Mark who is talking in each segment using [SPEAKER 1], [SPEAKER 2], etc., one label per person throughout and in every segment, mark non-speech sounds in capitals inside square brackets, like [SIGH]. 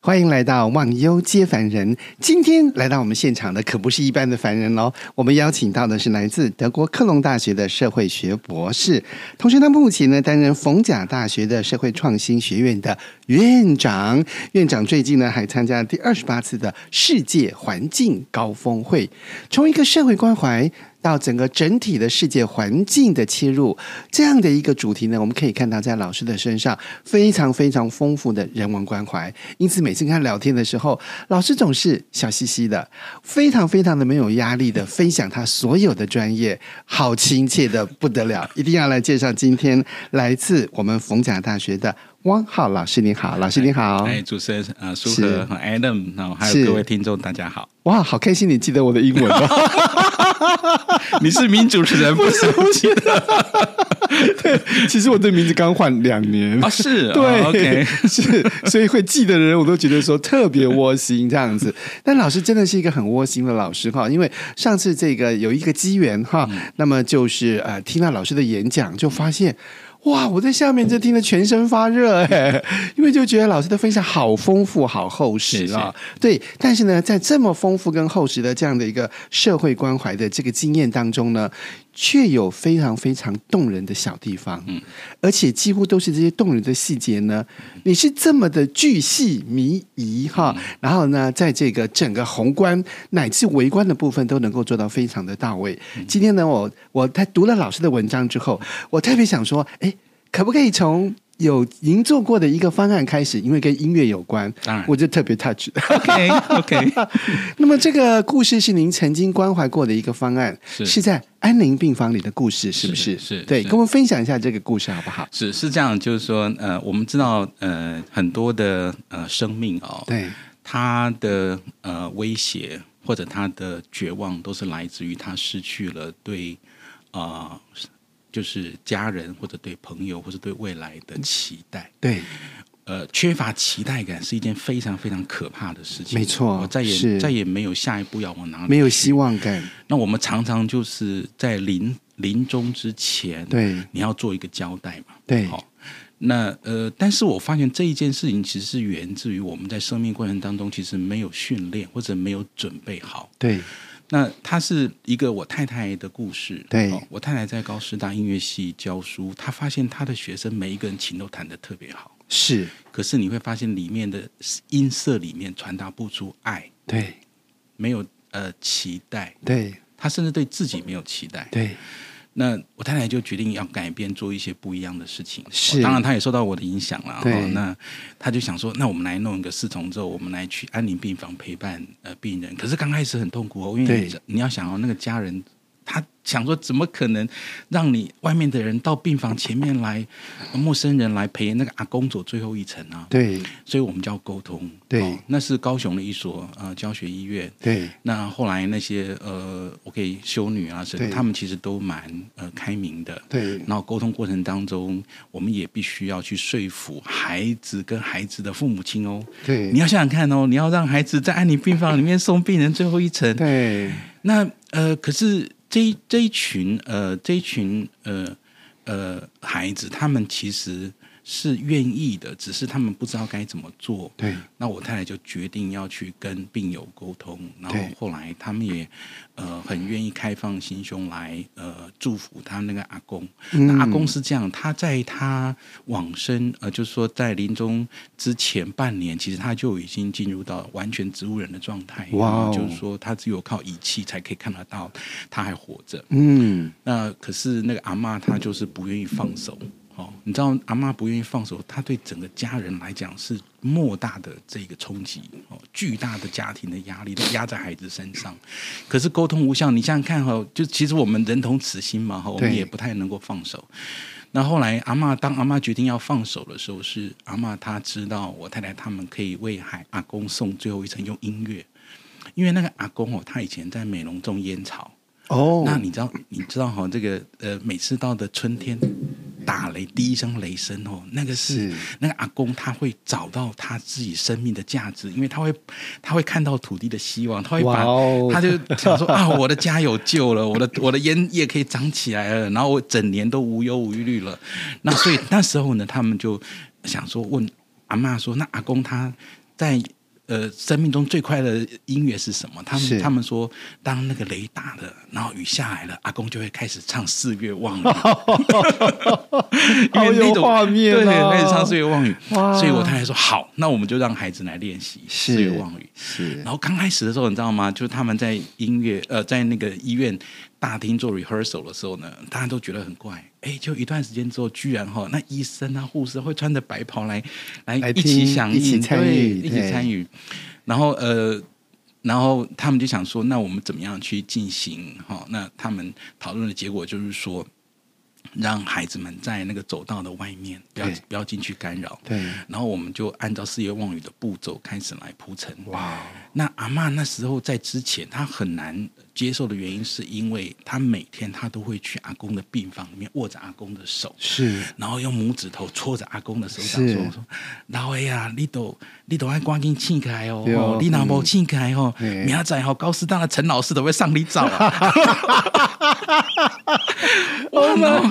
[SPEAKER 1] 欢迎来到忘忧皆凡人。今天来到我们现场的可不是一般的凡人喽，我们邀请到的是来自德国科隆大学的社会学博士，同时他目前呢担任逢甲大学的社会创新学院的院长。院长最近呢还参加了第二十八次的世界环境高峰会，从一个社会关怀。到整个整体的世界环境的切入，这样的一个主题呢，我们可以看到在老师的身上非常非常丰富的人文关怀。因此，每次跟他聊天的时候，老师总是笑嘻嘻的，非常非常的没有压力的分享他所有的专业，好亲切的不得了。一定要来介绍今天来自我们逢甲大学的汪浩老师，你好，老师你好。
[SPEAKER 2] 哎，主持人啊，呃苏
[SPEAKER 1] 是
[SPEAKER 2] 和和 Adam，然后还
[SPEAKER 1] 是
[SPEAKER 2] 有各位听众，大家好。 [LAUGHS]
[SPEAKER 1] 哇，好开心你记得我的英文哦！ [LAUGHS]
[SPEAKER 2] 你是名主持人，不是不是
[SPEAKER 1] 其实我对名字刚换两年
[SPEAKER 2] 啊？是
[SPEAKER 1] 对、
[SPEAKER 2] 哦，OK，
[SPEAKER 1] [LAUGHS] 是，所以会记得的人，我都觉得说特别窝心这样子。 [LAUGHS] 但老师真的是一个很窝心的老师哈，因为上次这个有一个机缘哈，
[SPEAKER 2] 嗯
[SPEAKER 1] 那么就是呃听到老师的演讲，就发现。哇！我在下面就听得全身发热哎，因为就觉得老师的分享好丰富、好厚实
[SPEAKER 2] 是
[SPEAKER 1] 啊。对，但是呢，在这么丰富跟厚实的这样的一个社会关怀的这个经验当中呢，却有非常非常动人的小地方。
[SPEAKER 2] 嗯
[SPEAKER 1] 而且几乎都是这些动人的细节呢，你是这么的巨细靡遗哈，
[SPEAKER 2] 嗯
[SPEAKER 1] 然后呢，在这个整个宏观乃至微观的部分都能够做到非常的到位。
[SPEAKER 2] 嗯
[SPEAKER 1] 今天呢，我我在读了老师的文章之后，我特别想说，哎，可不可以从有您做过的一个方案开始，因为跟音乐有关，
[SPEAKER 2] 当然
[SPEAKER 1] 我就特别 touch。
[SPEAKER 2] ，OK OK，
[SPEAKER 1] 那么这个故事是您曾经关怀过的一个方案，
[SPEAKER 2] 是
[SPEAKER 1] 在安宁病房里的故事，是不是？
[SPEAKER 2] 是是
[SPEAKER 1] 对，
[SPEAKER 2] 是
[SPEAKER 1] 跟我们分享一下这个故事好不好？
[SPEAKER 2] 是是这样，就是说，呃，我们知道，呃，很多的呃生命哦，
[SPEAKER 1] 对，
[SPEAKER 2] 他的呃威胁或者他的绝望，都是来自于他失去了对啊、呃，就是家人或者对朋友或者对未来的期待。
[SPEAKER 1] 对，
[SPEAKER 2] 呃，缺乏期待感是一件非常非常可怕的事情。
[SPEAKER 1] 没错
[SPEAKER 2] 我再
[SPEAKER 1] 是
[SPEAKER 2] 也再也没有下一步要往哪里。
[SPEAKER 1] 没有希望感。
[SPEAKER 2] 那我们常常就是在临临终之前，，
[SPEAKER 1] 对
[SPEAKER 2] 你要做一个交代嘛。
[SPEAKER 1] 对
[SPEAKER 2] 好、那呃，但是我发现这一件事情其实是源自于我们在生命过程当中其实没有训练或者没有准备好。
[SPEAKER 1] 对
[SPEAKER 2] 那它是一个我太太的故事。
[SPEAKER 1] 对
[SPEAKER 2] 哦我太太在高师大音乐系教书，她发现她的学生每一个人琴都弹得特别好。
[SPEAKER 1] 是，
[SPEAKER 2] 可是你会发现里面的音色里面传达不出爱，
[SPEAKER 1] 对
[SPEAKER 2] 没有呃期待，
[SPEAKER 1] 对
[SPEAKER 2] 他甚至对自己没有期待。
[SPEAKER 1] 对
[SPEAKER 2] 那我太太就决定要改变，做一些不一样的事情。
[SPEAKER 1] 是
[SPEAKER 2] 哦当然她也受到我的影响了。
[SPEAKER 1] 对
[SPEAKER 2] 哦那她就想说，那我们来弄一个四重奏，我们来去安宁病房陪伴呃病人。可是刚开始很痛苦哦，因为
[SPEAKER 1] 对
[SPEAKER 2] 你你要想哦，那个家人。他想说，怎么可能让你外面的人到病房前面来，呃陌生人来陪那个阿公走最后一程啊？
[SPEAKER 1] 对
[SPEAKER 2] 所以我们就要沟通。
[SPEAKER 1] 对
[SPEAKER 2] 哦那是高雄的一所呃教学医院。
[SPEAKER 1] 对
[SPEAKER 2] 那后来那些呃，OK 修女啊什么
[SPEAKER 1] 对，
[SPEAKER 2] 他们其实都蛮呃开明的。
[SPEAKER 1] 对
[SPEAKER 2] 然后沟通过程当中，我们也必须要去说服孩子跟孩子的父母亲哦。
[SPEAKER 1] 对，
[SPEAKER 2] 你要想想看哦，你要让孩子在安宁病房里面送病人最后一程，
[SPEAKER 1] 对
[SPEAKER 2] 那呃，可是这一这一群呃这一群呃呃孩子，他们其实是愿意的，只是他们不知道该怎么做。
[SPEAKER 1] 对
[SPEAKER 2] 那我太太就决定要去跟病友沟通，然后
[SPEAKER 1] 对
[SPEAKER 2] 后来他们也呃很愿意开放心胸来呃祝福他那个阿公。那阿
[SPEAKER 1] 嗯
[SPEAKER 2] 公是这样，他在他往生呃，就是说在临终之前半年，其实他就已经进入到完全植物人的状态。
[SPEAKER 1] 哇哦
[SPEAKER 2] 然后就是说他只有靠仪器才可以看得到他还活着。
[SPEAKER 1] 嗯
[SPEAKER 2] 那可是那个阿嬷她就是不愿意放手。哦，你知道阿嬷不愿意放手，她对整个家人来讲是莫大的这个冲击哦，巨大的家庭的压力都压在孩子身上。可是沟通无效，你想想看哈、哦，就其实我们人同此心嘛哈、哦我们
[SPEAKER 1] 对
[SPEAKER 2] 也不太能够放手。那后来阿嬷当阿嬷决定要放手的时候是，阿嬷她知道我太太他们可以为孩阿公送最后一程用音乐，因为那个阿公哦，他以前在美容种烟草。
[SPEAKER 1] 哦，
[SPEAKER 2] 那你知道，你知道哈、这个呃，每次到的春天打雷第一声雷声哦，那个是
[SPEAKER 1] 是
[SPEAKER 2] 那个阿公他会找到他自己生命的价值，因为他会他会看到土地的希望，他会
[SPEAKER 1] 哇
[SPEAKER 2] 把、
[SPEAKER 1] 哦
[SPEAKER 2] 他就想说啊，我的家有救了，我的我的烟叶可以长起来了，然后我整年都无忧无虑了。那所以那时候呢，他们就想说问阿嬷说，那阿公他在呃生命中最快乐的音乐是什么？他
[SPEAKER 1] 是
[SPEAKER 2] 们他们说，当那个雷打了，然后雨下来了，阿公就会开始唱《四月
[SPEAKER 1] [LAUGHS]
[SPEAKER 2] 望雨》，因为那
[SPEAKER 1] 好有
[SPEAKER 2] 种
[SPEAKER 1] 画面哦
[SPEAKER 2] 对，开始唱《四月望雨》，
[SPEAKER 1] 哇
[SPEAKER 2] 所以我太太说好，那我们就让孩子来练习《
[SPEAKER 1] 是
[SPEAKER 2] 四月望雨》。
[SPEAKER 1] 是
[SPEAKER 2] 然后刚开始的时候，你知道吗？就是他们在音乐呃，在那个医院大厅做 rehearsal 的时候呢，大家都觉得很怪。哎，就一段时间之后，居然哈、那医生啊、护士会穿着白袍来来
[SPEAKER 1] 来
[SPEAKER 2] 一起
[SPEAKER 1] 听
[SPEAKER 2] 响
[SPEAKER 1] 一
[SPEAKER 2] 应，
[SPEAKER 1] 起参与
[SPEAKER 2] 对一
[SPEAKER 1] 对
[SPEAKER 2] 起参与。然后呃，然后他们就想说，那我们怎么样去进行？哈、那他们讨论的结果就是说，让孩子们在那个走道的外面，不要
[SPEAKER 1] 对
[SPEAKER 2] 不要进去干扰。
[SPEAKER 1] 对，
[SPEAKER 2] 然后我们就按照四月望雨的步骤开始来铺陈。
[SPEAKER 1] 哇，
[SPEAKER 2] 那阿嬷那时候在之前，她很难接受的原因，是因为她每天她都会去阿公的病房里面握着阿公的手，
[SPEAKER 1] 是
[SPEAKER 2] 然后用拇指头戳着阿公的手掌
[SPEAKER 1] 是
[SPEAKER 2] 说：“说老爷啊，你都你都爱赶紧醒起来哦，
[SPEAKER 1] 对哦
[SPEAKER 2] 哦你若无醒起来哦，
[SPEAKER 1] 嗯
[SPEAKER 2] 明仔载哦，高师大的陈老师都会上你找
[SPEAKER 1] [LAUGHS]
[SPEAKER 2] 啊。” [LAUGHS] 我
[SPEAKER 1] Oh
[SPEAKER 2] 脑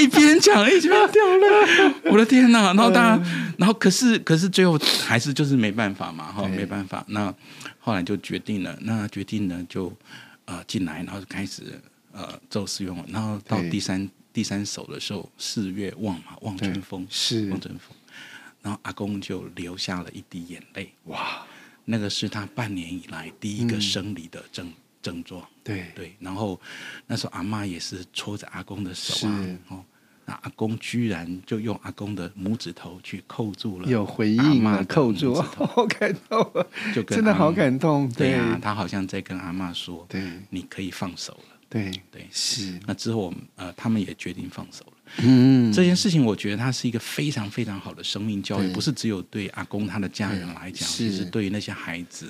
[SPEAKER 2] 一边讲一边掉泪， [LAUGHS] 我的天
[SPEAKER 1] 嗯
[SPEAKER 2] 哪！然后大家，然后可是可是最后还是就是没办法嘛，哈，
[SPEAKER 1] 对
[SPEAKER 2] 没办法。那后来就决定了，那决定呢就呃进来，然后就开始呃奏四愿望，然后到
[SPEAKER 1] 对
[SPEAKER 2] 第三第三首的时候，四月望嘛，望春风
[SPEAKER 1] 对是
[SPEAKER 2] 望春风，然后阿公就流下了一滴眼泪，哇，那个是他半年以来第一
[SPEAKER 1] 嗯
[SPEAKER 2] 个生理的症、症状，
[SPEAKER 1] 对
[SPEAKER 2] 对，然后那时候阿妈也是搓着阿公的手啊
[SPEAKER 1] 是，
[SPEAKER 2] 哦，那阿公居然就用阿公的拇指头去扣住了，
[SPEAKER 1] 有回
[SPEAKER 2] 阿
[SPEAKER 1] 应
[SPEAKER 2] 嬷
[SPEAKER 1] 了，
[SPEAKER 2] 的
[SPEAKER 1] 扣住，
[SPEAKER 2] 拇指
[SPEAKER 1] [LAUGHS]
[SPEAKER 2] 头
[SPEAKER 1] 好感动啊，
[SPEAKER 2] 就跟
[SPEAKER 1] 真的
[SPEAKER 2] 阿嬷
[SPEAKER 1] 好感动，
[SPEAKER 2] 对
[SPEAKER 1] 对
[SPEAKER 2] 啊，他好像在跟阿妈说，
[SPEAKER 1] 对
[SPEAKER 2] 你可以放手了，
[SPEAKER 1] 对
[SPEAKER 2] 对，
[SPEAKER 1] 是，
[SPEAKER 2] 那之后我们呃，他们也决定放手了。
[SPEAKER 1] 嗯，
[SPEAKER 2] 这件事情，我觉得它是一个非常非常好的生命教育
[SPEAKER 1] 对，
[SPEAKER 2] 不是只有对阿公他的家人来讲，
[SPEAKER 1] 是
[SPEAKER 2] 其实对于那些孩子。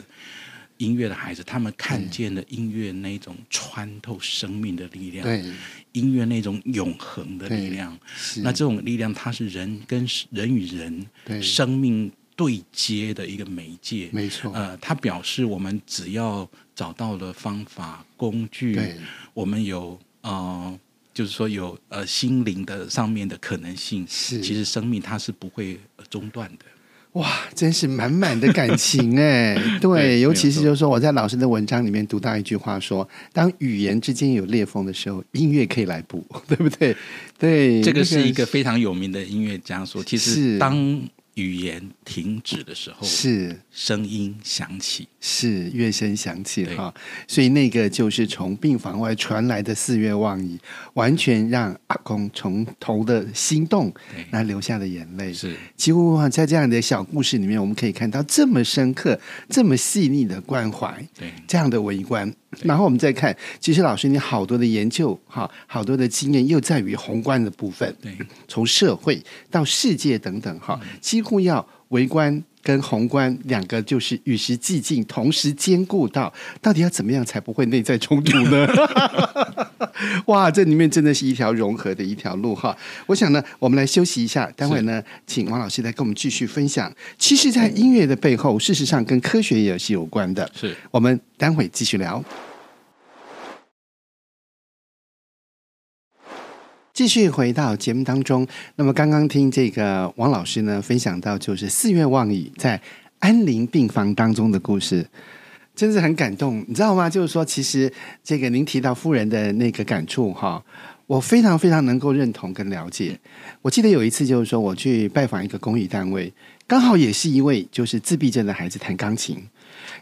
[SPEAKER 2] 音乐的孩子，他们看见了音乐那种穿透生命的力量，
[SPEAKER 1] 对
[SPEAKER 2] 音乐那种永恒的
[SPEAKER 1] 对
[SPEAKER 2] 力量。
[SPEAKER 1] 是
[SPEAKER 2] 那这种力量，它是人跟人与
[SPEAKER 1] 对
[SPEAKER 2] 人生命对接的一个媒介。
[SPEAKER 1] 没错，
[SPEAKER 2] 呃，它表示我们只要找到了方法、工具
[SPEAKER 1] 对，
[SPEAKER 2] 我们有呃，就是说有呃心灵的上面的可能性，
[SPEAKER 1] 是
[SPEAKER 2] 其实生命它是不会呃中断的。
[SPEAKER 1] 哇，真是满满的感
[SPEAKER 2] [LAUGHS]
[SPEAKER 1] 情哎！对，
[SPEAKER 2] 对
[SPEAKER 1] 尤其是
[SPEAKER 2] 没有错
[SPEAKER 1] 就是说，我在老师的文章里面读到一句话说，当语言之间有裂缝的时候，音乐可以来补，对不
[SPEAKER 2] [LAUGHS]
[SPEAKER 1] 对？对，
[SPEAKER 2] 这个
[SPEAKER 1] 那
[SPEAKER 2] 是一个非常有名的音乐家说，其
[SPEAKER 1] 是
[SPEAKER 2] 实当语言停止的时候，
[SPEAKER 1] 是
[SPEAKER 2] 声音响起。
[SPEAKER 1] 是乐声响起哈，所以那个就是从病房外传来的四月望雨，完全让阿公从头的心动，
[SPEAKER 2] 对，
[SPEAKER 1] 那流下的眼泪
[SPEAKER 2] 是
[SPEAKER 1] 几乎啊，在这样的小故事里面，我们可以看到这么深刻、这么细腻的关怀。
[SPEAKER 2] 对。
[SPEAKER 1] 这样的围观。然后我们再看，其实老师你好多的研究，哈，好多的经验又在于宏观的部分，
[SPEAKER 2] 对，
[SPEAKER 1] 从社会到世界等等，哈，几乎要围观跟宏观两个就是与时俱进，同时兼顾到，到底要怎么样才不会内在冲突呢？哇，这里面真的是一条融合的一条路哈。我想呢，我们来休息一下，待会呢，请王老师来跟我们继续分享。其实，在音乐的背后，事实上跟科学也是有关的。
[SPEAKER 2] 是
[SPEAKER 1] 我们待会继续聊。继续回到节目当中，那么刚刚听这个王老师呢分享到，就是四月望雨在安宁病房当中的故事，真是很感动，你知道吗？就是说，其实这个您提到夫人的那个感触哈，我非常非常能够认同跟了解。我记得有一次，就是说我去拜访一个公益单位，刚好也是一位就是自闭症的孩子弹钢琴，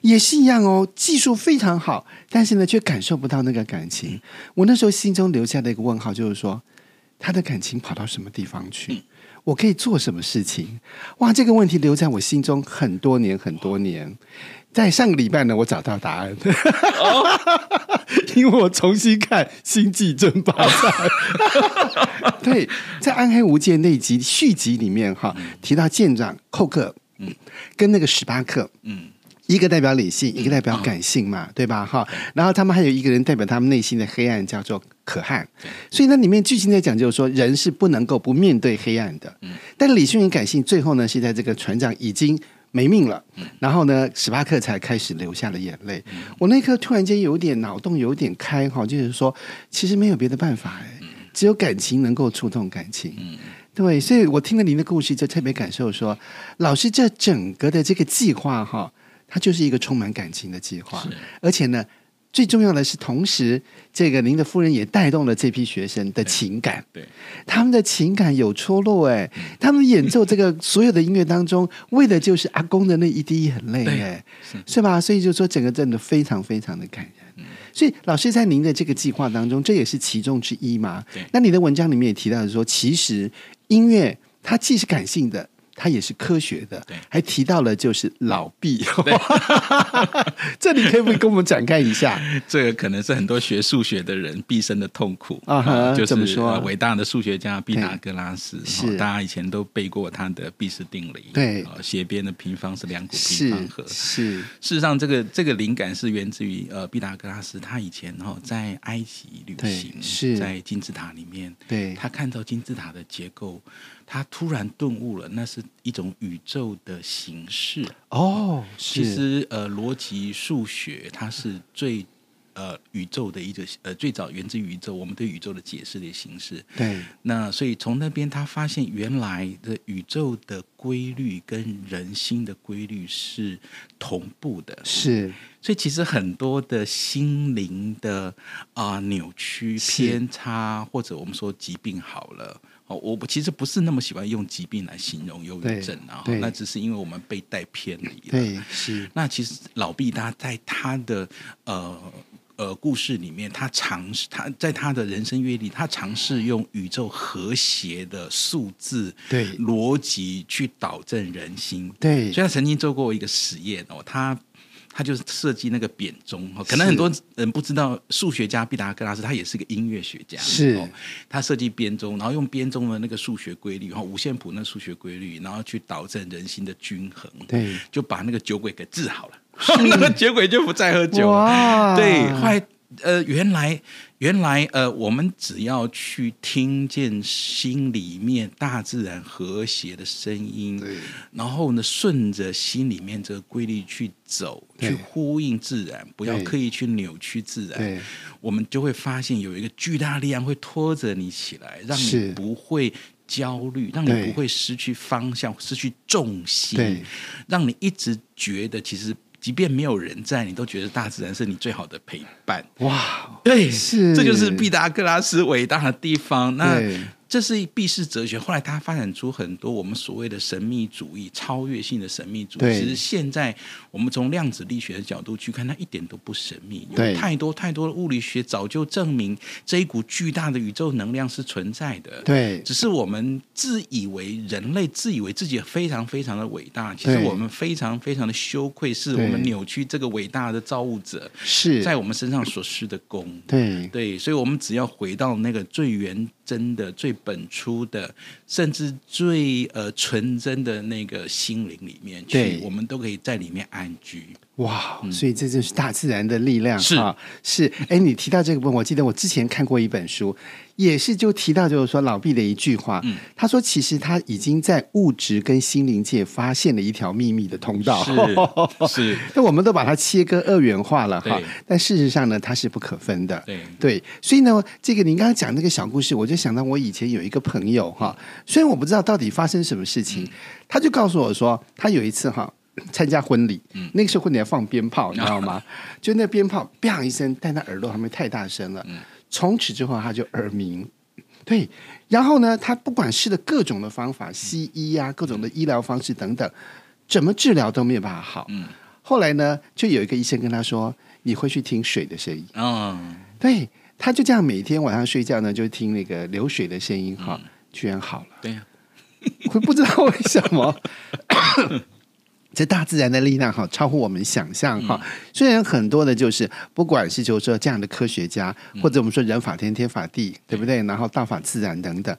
[SPEAKER 1] 也是一样哦，技术非常好，但是呢，却感受不到那个感情。我那时候心中留下的一个问号就是说，他的感情跑到什么地方去？我可以做什么事情？哇，这个问题留在我心中很多年很多年。在上个礼拜呢，我找到答案， [LAUGHS] 因为我重新看《星际争霸赛》。对，在《暗黑无界》那集续集里面哈，提到舰长寇克，嗯，跟那个史巴克，
[SPEAKER 2] 嗯，
[SPEAKER 1] 一个代表理性，一个代表感性嘛，对吧？哈，然后他们还有一个人代表他们内心的黑暗，叫做可汗。所以那里面剧情在讲，就是说人是不能够不面对黑暗的。但理性与感性最后呢，是在这个船长已经没命了，然后呢，史巴克才开始流下了眼泪。我那一刻突然间有点脑洞有点开哈，就是说其实没有别的办法哎，只有感情能够触动感情。对，所以我听了您的故事，就特别感受说，老师这整个的这个计划哈、它就是一个充满感情的计划
[SPEAKER 2] 是，
[SPEAKER 1] 而且呢，最重要的是，同时这个您的夫人也带动了这批学生的情感，
[SPEAKER 2] 对，
[SPEAKER 1] 他们的情感有出路哎，他们演奏这个所有的音乐当中，为的就是阿公的那一滴眼泪
[SPEAKER 2] 对
[SPEAKER 1] 哎，
[SPEAKER 2] 是嗯
[SPEAKER 1] 是吧？所以就说整个真的非常非常的感人。所以老师在您的这个计划当中，这也是其中之一嘛
[SPEAKER 2] 对。
[SPEAKER 1] 那你的文章里面也提到说，其实音乐它既是感性的。它也是科学的
[SPEAKER 2] 对，
[SPEAKER 1] 还提到了就是老毕， [LAUGHS] 这里可以不可以跟我们展开一
[SPEAKER 2] [LAUGHS]
[SPEAKER 1] 下？
[SPEAKER 2] 这个可能是很多学数学的人毕生的痛苦
[SPEAKER 1] 啊哈
[SPEAKER 2] 就是
[SPEAKER 1] 怎么说
[SPEAKER 2] 呃伟大的数学家毕达哥拉斯，
[SPEAKER 1] 是
[SPEAKER 2] 哦大家以前都背过他的毕氏定理，
[SPEAKER 1] 对
[SPEAKER 2] 呃斜边的平方是两股平
[SPEAKER 1] 是
[SPEAKER 2] 方和。
[SPEAKER 1] 是，
[SPEAKER 2] 事实上，这个这个灵感是源自于呃毕达哥拉斯，他以前哦、在埃及旅
[SPEAKER 1] 对
[SPEAKER 2] 行，
[SPEAKER 1] 是
[SPEAKER 2] 在金字塔里面，
[SPEAKER 1] 对，
[SPEAKER 2] 他看到金字塔的结构，他突然顿悟了，那是一种宇宙的形式。
[SPEAKER 1] 哦，
[SPEAKER 2] 其
[SPEAKER 1] 是
[SPEAKER 2] 实呃，逻辑数学它是最呃宇宙的一个呃最早源自于宇宙，我们对宇宙的解释的形式。
[SPEAKER 1] 对，
[SPEAKER 2] 那所以从那边他发现，原来的宇宙的规律跟人心的规律是同步的。
[SPEAKER 1] 是
[SPEAKER 2] 所以其实很多的心灵的啊、扭曲、
[SPEAKER 1] 是
[SPEAKER 2] 偏差，或者我们说疾病好了。哦，我我其实不是那么喜欢用疾病来形容忧
[SPEAKER 1] 对
[SPEAKER 2] 郁症啊，
[SPEAKER 1] 对
[SPEAKER 2] 那只是因为我们被带偏离了。
[SPEAKER 1] 对，是
[SPEAKER 2] 那其实老毕他在他的呃呃故事里面，他尝试他在他的人生阅历，他尝试用宇宙和谐的数字
[SPEAKER 1] 对
[SPEAKER 2] 逻辑去导正人心。
[SPEAKER 1] 对
[SPEAKER 2] 所以他曾经做过一个实验哦，他。他就是设计那个扁钟，哦可能很多人不知道，数学家毕达哥拉斯他也是个音乐学家，
[SPEAKER 1] 是
[SPEAKER 2] 哦他设计编钟，然后用编钟的那个数学规律，哈，五线谱那数学规律，然后去导正人心的均衡，
[SPEAKER 1] 对，
[SPEAKER 2] 就把那个酒鬼给治好了， [LAUGHS] 那个酒鬼就不再喝酒了。
[SPEAKER 1] 哇
[SPEAKER 2] 对，后来呃，原来原来呃，我们只要去听见心里面大自然和谐的声音，
[SPEAKER 1] 对
[SPEAKER 2] 然后呢，顺着心里面这个规律去走，
[SPEAKER 1] 对
[SPEAKER 2] 去呼应自然，不要
[SPEAKER 1] 对
[SPEAKER 2] 刻意去扭曲自然
[SPEAKER 1] 对，
[SPEAKER 2] 我们就会发现有一个巨大力量会拖着你起来，让
[SPEAKER 1] 是
[SPEAKER 2] 你不会。焦虑，让你
[SPEAKER 1] 对
[SPEAKER 2] 不会失去方向、失去重心。
[SPEAKER 1] 对
[SPEAKER 2] 让你一直觉得，其实即便没有人在，你都觉得大自然是你最好的陪伴。
[SPEAKER 1] 哇，
[SPEAKER 2] 对，
[SPEAKER 1] 是
[SPEAKER 2] 这就是毕达哥拉斯伟大的地方。那
[SPEAKER 1] 对
[SPEAKER 2] 这是毕氏哲学，后来他发展出很多我们所谓的神秘主义、超越性的神秘主义。
[SPEAKER 1] 对
[SPEAKER 2] 其实现在我们从量子力学的角度去看，它一点都不神秘。
[SPEAKER 1] 对
[SPEAKER 2] 有太多太多的物理学早就证明这一股巨大的宇宙能量是存在的。
[SPEAKER 1] 对
[SPEAKER 2] 只是我们自以为人类自以为自己非常非常的伟大，其实
[SPEAKER 1] 对
[SPEAKER 2] 我们非常非常的羞愧，是我
[SPEAKER 1] 对
[SPEAKER 2] 们扭曲这个伟大的造物者
[SPEAKER 1] 是，
[SPEAKER 2] 在我们身上所施的功。
[SPEAKER 1] 对
[SPEAKER 2] 对，所以，我们只要回到那个最原真的、最本初的，甚至最呃纯真的那个心灵里面
[SPEAKER 1] 对
[SPEAKER 2] 去，我们都可以在里面安居。
[SPEAKER 1] 哇，所以这就是大自然的力量
[SPEAKER 2] 嗯是
[SPEAKER 1] 哈是，哎，你提到这个部分，我记得我之前看过一本书，也是就提到就是说老毕的一句话，
[SPEAKER 2] 嗯
[SPEAKER 1] 他说其实他已经在物质跟心灵界发现了一条秘密的通道，[LAUGHS]
[SPEAKER 2] 是是，
[SPEAKER 1] 那我们都把它切割二元化了哈
[SPEAKER 2] 对，
[SPEAKER 1] 但事实上呢，它是不可分的。
[SPEAKER 2] 对
[SPEAKER 1] 所以呢，这个您刚刚讲那个小故事，我就想到我以前有一个朋友哈，虽然我不知道到底发生什么事情，他就告诉我说，他有一次哈。参加婚礼，那个时候婚礼还放鞭炮，你知道吗？就那鞭炮“砰”一声，但他耳朵还没太大声了。从此之后，他就耳鸣。对，然后呢，他不管试了各种的方法，西医啊，各种的医疗方式等等，怎么治疗都没有办法好。
[SPEAKER 2] 嗯
[SPEAKER 1] 后来呢，就有一个医生跟他说：“你会去听水的声音。
[SPEAKER 2] 嗯，”
[SPEAKER 1] 对，他就这样每天晚上睡觉呢，就听那个流水的声音，哈、居然好了。
[SPEAKER 2] 对啊呀，
[SPEAKER 1] 我不知道为什 [LAUGHS] 么。这大自然的力量哈，超乎我们想象哈。虽然很多的，就是不管是就是说这样的科学家，或者我们说人法天，天法地，对不嗯对？然后道法自然等等，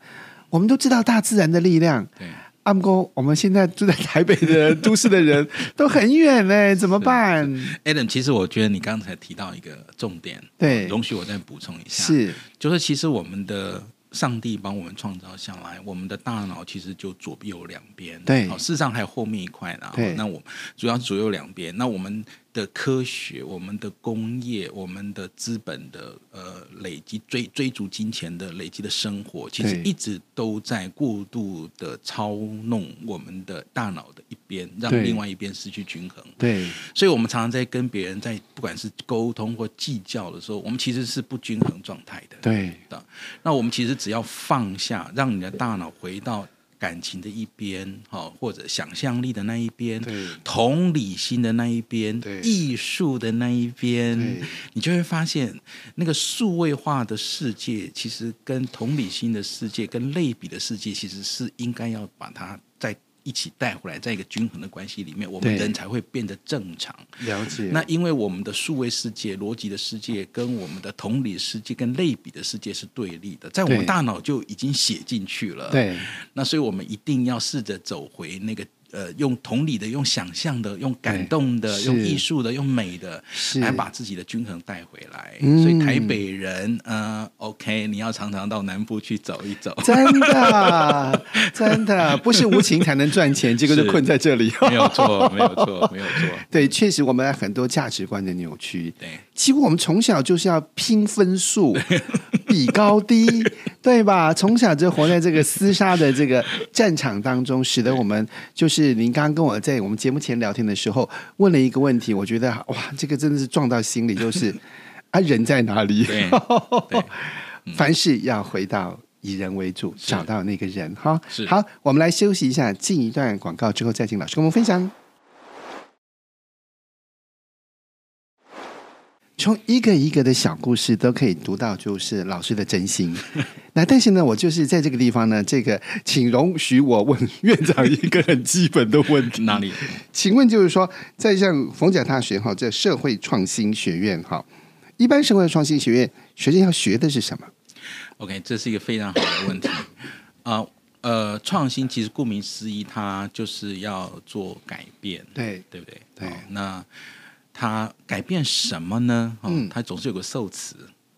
[SPEAKER 1] 我们都知道大自然的力量。
[SPEAKER 2] 对。
[SPEAKER 1] 阿姆哥，我们现在住在台北的都市的人都很远呢、 [LAUGHS] 怎么办？
[SPEAKER 2] Adam，其实我觉得你刚才提到一个重点，呃
[SPEAKER 1] 对，
[SPEAKER 2] 容许我再补充一下，
[SPEAKER 1] 是
[SPEAKER 2] 就是其实我们的上帝帮我们创造下来，我们的大脑其实就左右两边，
[SPEAKER 1] 对
[SPEAKER 2] 好、事实上还有后面一块啦，
[SPEAKER 1] 对
[SPEAKER 2] 那我主要左右两边，那我们。的科学、我们的工业、我们的资本的呃累积追追逐金钱的累积的生活，其实
[SPEAKER 1] 对
[SPEAKER 2] 一直都在过度的操弄我们的大脑的一边，让
[SPEAKER 1] 对
[SPEAKER 2] 另外一边失去均衡。
[SPEAKER 1] 对
[SPEAKER 2] 所以我们常常在跟别人在不管是沟通或计较的时候，我们其实是不均衡状态的。
[SPEAKER 1] 对
[SPEAKER 2] 的，那我们其实只要放下，让你的大脑回到感情的一边，好，或者想象力的那一边，
[SPEAKER 1] 对
[SPEAKER 2] 同理心的那一边
[SPEAKER 1] 对，
[SPEAKER 2] 艺术的那一边
[SPEAKER 1] 对，
[SPEAKER 2] 你就会发现，那个数位化的世界，其实跟同理心的世界、跟类比的世界，其实是应该要把它在一起带回来，在一个均衡的关系里面，我们
[SPEAKER 1] 对
[SPEAKER 2] 人才会变得正常。
[SPEAKER 1] 了解
[SPEAKER 2] 那因为我们的数位世界、逻辑的世界跟我们的同理世界、跟类比的世界是对立的，在我
[SPEAKER 1] 对
[SPEAKER 2] 们大脑就已经写进去了。，
[SPEAKER 1] 对
[SPEAKER 2] 那所以我们一定要试着走回那个呃，用同理的、用想象的、用感
[SPEAKER 1] 对
[SPEAKER 2] 动的、
[SPEAKER 1] 是
[SPEAKER 2] 用艺术的、用美的，
[SPEAKER 1] 是
[SPEAKER 2] 来把自己的均衡带回来。
[SPEAKER 1] 嗯
[SPEAKER 2] 所以台北人，呃，OK，你要常常到南部去走一
[SPEAKER 1] [LAUGHS]
[SPEAKER 2] 走。 [LAUGHS]
[SPEAKER 1] 真的真的不是无情才能赚钱，结果就困在这里。 [LAUGHS]
[SPEAKER 2] 没有错，没有错，没有错。
[SPEAKER 1] 对，确实我们很多价值观的扭曲。
[SPEAKER 2] 对，
[SPEAKER 1] 几乎我们从小就是要拼分
[SPEAKER 2] [LAUGHS]
[SPEAKER 1] 数、比高低，对吧？从小就活在这个厮杀的这个战场当中，使得我们就是您刚刚跟我在我们节目前聊天的时候问了一个问题，我觉得哇，这个真的是撞到心里，就是
[SPEAKER 2] [LAUGHS]
[SPEAKER 1] 啊，人在哪里？
[SPEAKER 2] 对
[SPEAKER 1] [LAUGHS]
[SPEAKER 2] 嗯
[SPEAKER 1] 凡事要回到。以人为主，找到那个人哈。
[SPEAKER 2] 是
[SPEAKER 1] 好，我们来休息一下，进一段广告之后，再请老师跟我们分享。从一个一个的小故事都可以读到，就是老师的真
[SPEAKER 2] [LAUGHS]
[SPEAKER 1] 心。那但是呢，我就是在这个地方呢，这个请容许我问院长一个很基本的问题。
[SPEAKER 2] 哪里？
[SPEAKER 1] 请问就是说，在像逢甲大学哈，这社会创新学院哈，一般社会创新学院学生要学的是什么？
[SPEAKER 2] OK，这是一个非常好的问题。啊、呃，创新其实顾名思义，它就是要做改变，
[SPEAKER 1] 对
[SPEAKER 2] 对不对？
[SPEAKER 1] 对
[SPEAKER 2] 好那它改变什么呢？哦，
[SPEAKER 1] 嗯
[SPEAKER 2] 它总是有个受词，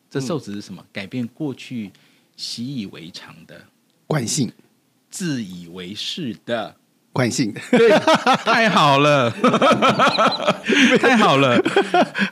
[SPEAKER 2] 这受词是什么？改变过去习以为常的、
[SPEAKER 1] 惯性，
[SPEAKER 2] 自以为是的。
[SPEAKER 1] 惯
[SPEAKER 2] [LAUGHS]
[SPEAKER 1] 性。
[SPEAKER 2] 对，太
[SPEAKER 1] [LAUGHS]
[SPEAKER 2] 好了，太好了。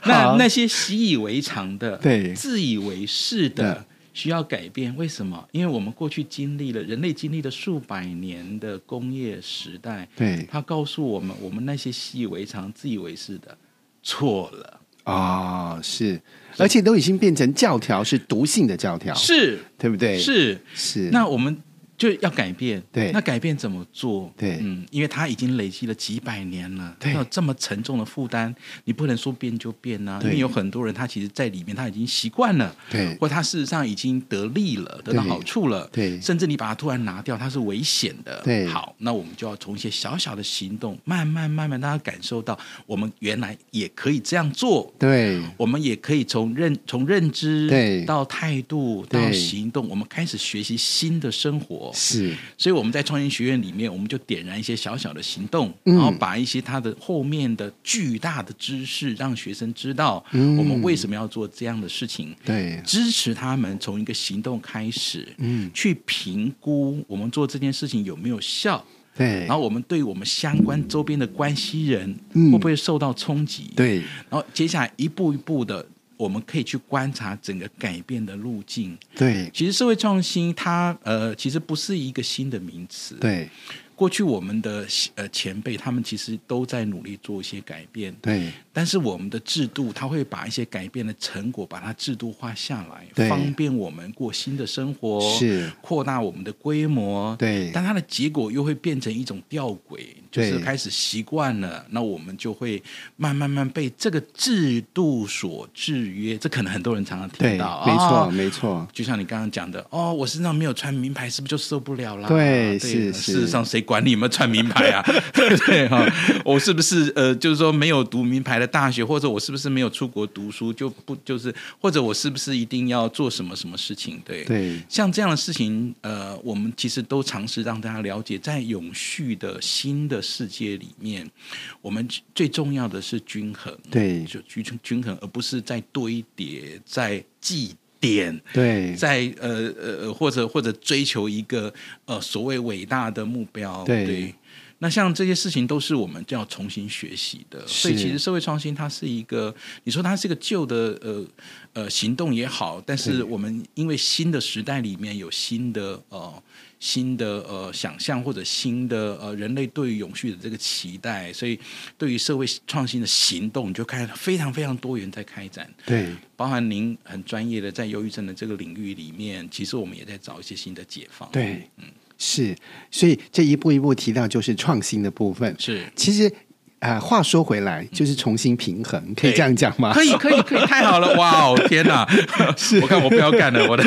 [SPEAKER 2] 那
[SPEAKER 1] 好
[SPEAKER 2] 那些习以为常的、
[SPEAKER 1] 对
[SPEAKER 2] 自以为是
[SPEAKER 1] 对
[SPEAKER 2] 的，需要改变。为什么？因为我们过去经历了人类经历了数百年的工业时代，
[SPEAKER 1] 对
[SPEAKER 2] 它告诉我们，我们那些习以为常、自以为是的错了，
[SPEAKER 1] 啊、是，而且都已经变成教条，是毒性的教条，
[SPEAKER 2] 是
[SPEAKER 1] 对不对？
[SPEAKER 2] 是。
[SPEAKER 1] 是，
[SPEAKER 2] 那我们就要改变，
[SPEAKER 1] 对
[SPEAKER 2] 那改变怎么做？
[SPEAKER 1] 对
[SPEAKER 2] 嗯，因为它已经累积了几百年了，
[SPEAKER 1] 对
[SPEAKER 2] 那有这么沉重的负担，你不能说变就变呐、
[SPEAKER 1] 对
[SPEAKER 2] 因为有很多人他其实在里面他已经习惯了，
[SPEAKER 1] 对
[SPEAKER 2] 或他事实上已经得利了，得到好处了，
[SPEAKER 1] 对
[SPEAKER 2] 甚至你把它突然拿掉，它是危险的，
[SPEAKER 1] 对
[SPEAKER 2] 好，那我们就要从一些小小的行动，慢慢慢慢，让他感受到我们原来也可以这样做，
[SPEAKER 1] 对
[SPEAKER 2] 我们也可以从认从认知
[SPEAKER 1] 对
[SPEAKER 2] 到态度到
[SPEAKER 1] 对
[SPEAKER 2] 行动，我们开始学习新的生活。
[SPEAKER 1] 是，
[SPEAKER 2] 所以我们在创新学院里面，我们就点燃一些小小的行动，
[SPEAKER 1] 嗯
[SPEAKER 2] 然后把一些它的后面的巨大的知识让学生知道，
[SPEAKER 1] 嗯
[SPEAKER 2] 我们为什么要做这样的事情。
[SPEAKER 1] 对
[SPEAKER 2] 支持他们从一个行动开始，
[SPEAKER 1] 嗯，
[SPEAKER 2] 去评估我们做这件事情有没有效，
[SPEAKER 1] 对，
[SPEAKER 2] 然后我们对我们相关周边的关系人
[SPEAKER 1] 嗯
[SPEAKER 2] 会不会受到冲击？
[SPEAKER 1] 对
[SPEAKER 2] 然后接下来一步一步的，我们可以去观察整个改变的路径。
[SPEAKER 1] 对
[SPEAKER 2] 其实社会创新它，呃，其实不是一个新的名词。，
[SPEAKER 1] 对
[SPEAKER 2] 过去我们的呃前辈他们其实都在努力做一些改变，
[SPEAKER 1] 对
[SPEAKER 2] 但是我们的制度，它会把一些改变的成果把它制度化下
[SPEAKER 1] 对
[SPEAKER 2] 来，方便我们过新的生活，
[SPEAKER 1] 是
[SPEAKER 2] 扩大我们的规模，
[SPEAKER 1] 对
[SPEAKER 2] 但它的结果又会变成一种吊诡，就
[SPEAKER 1] 对
[SPEAKER 2] 是开始习惯了，那我们就会慢慢慢被这个制度所制约。这可能很多人常常
[SPEAKER 1] 对，
[SPEAKER 2] 听到，
[SPEAKER 1] 没错
[SPEAKER 2] 哦
[SPEAKER 1] 没错，
[SPEAKER 2] 就像你刚刚讲的，哦，我身上没有穿名牌，是不是就受不了啦？
[SPEAKER 1] 对是是
[SPEAKER 2] 事实上，谁管你有没有穿名牌
[SPEAKER 1] [LAUGHS]
[SPEAKER 2] 啊？对不对哈？我是不是呃，就是说没有读名牌的大学，或者我是不是没有出国读书，就不就是，或者我是不是一定要做什么什么事情？对
[SPEAKER 1] 对
[SPEAKER 2] 像这样的事情，呃，我们其实都尝试让大家了解，在永续的新的世界里面，我们最重要的是均衡，
[SPEAKER 1] 对
[SPEAKER 2] 就均均衡，而不是在堆叠，在祭奠。
[SPEAKER 1] 对
[SPEAKER 2] 在呃呃呃，或者或者追求一个呃所谓伟大的目标，
[SPEAKER 1] 对
[SPEAKER 2] 那像这些事情都是我们要重新学习的，所以
[SPEAKER 1] 是
[SPEAKER 2] 其实社会创新它是一个，你说它是一个旧的呃呃行动也好，但是我们因为新的时代里面有新的呃新的呃想象或者新的呃人类对于永续的这个期待，所以对于社会创新的行动就开非常非常多元在开展。
[SPEAKER 1] 对，
[SPEAKER 2] 包含您很专业的在忧郁症的这个领域里面，其实我们也在找一些新的解放。，
[SPEAKER 1] 对，是，所以这一步一步提到就是创新的部分。
[SPEAKER 2] 是
[SPEAKER 1] 其实啊、呃话说回来，就是重新平衡，可以这样讲吗？
[SPEAKER 2] 可以，可以，可以，太好了！哇哦，天哪！我看我不要干了，
[SPEAKER 1] [LAUGHS]
[SPEAKER 2] 我的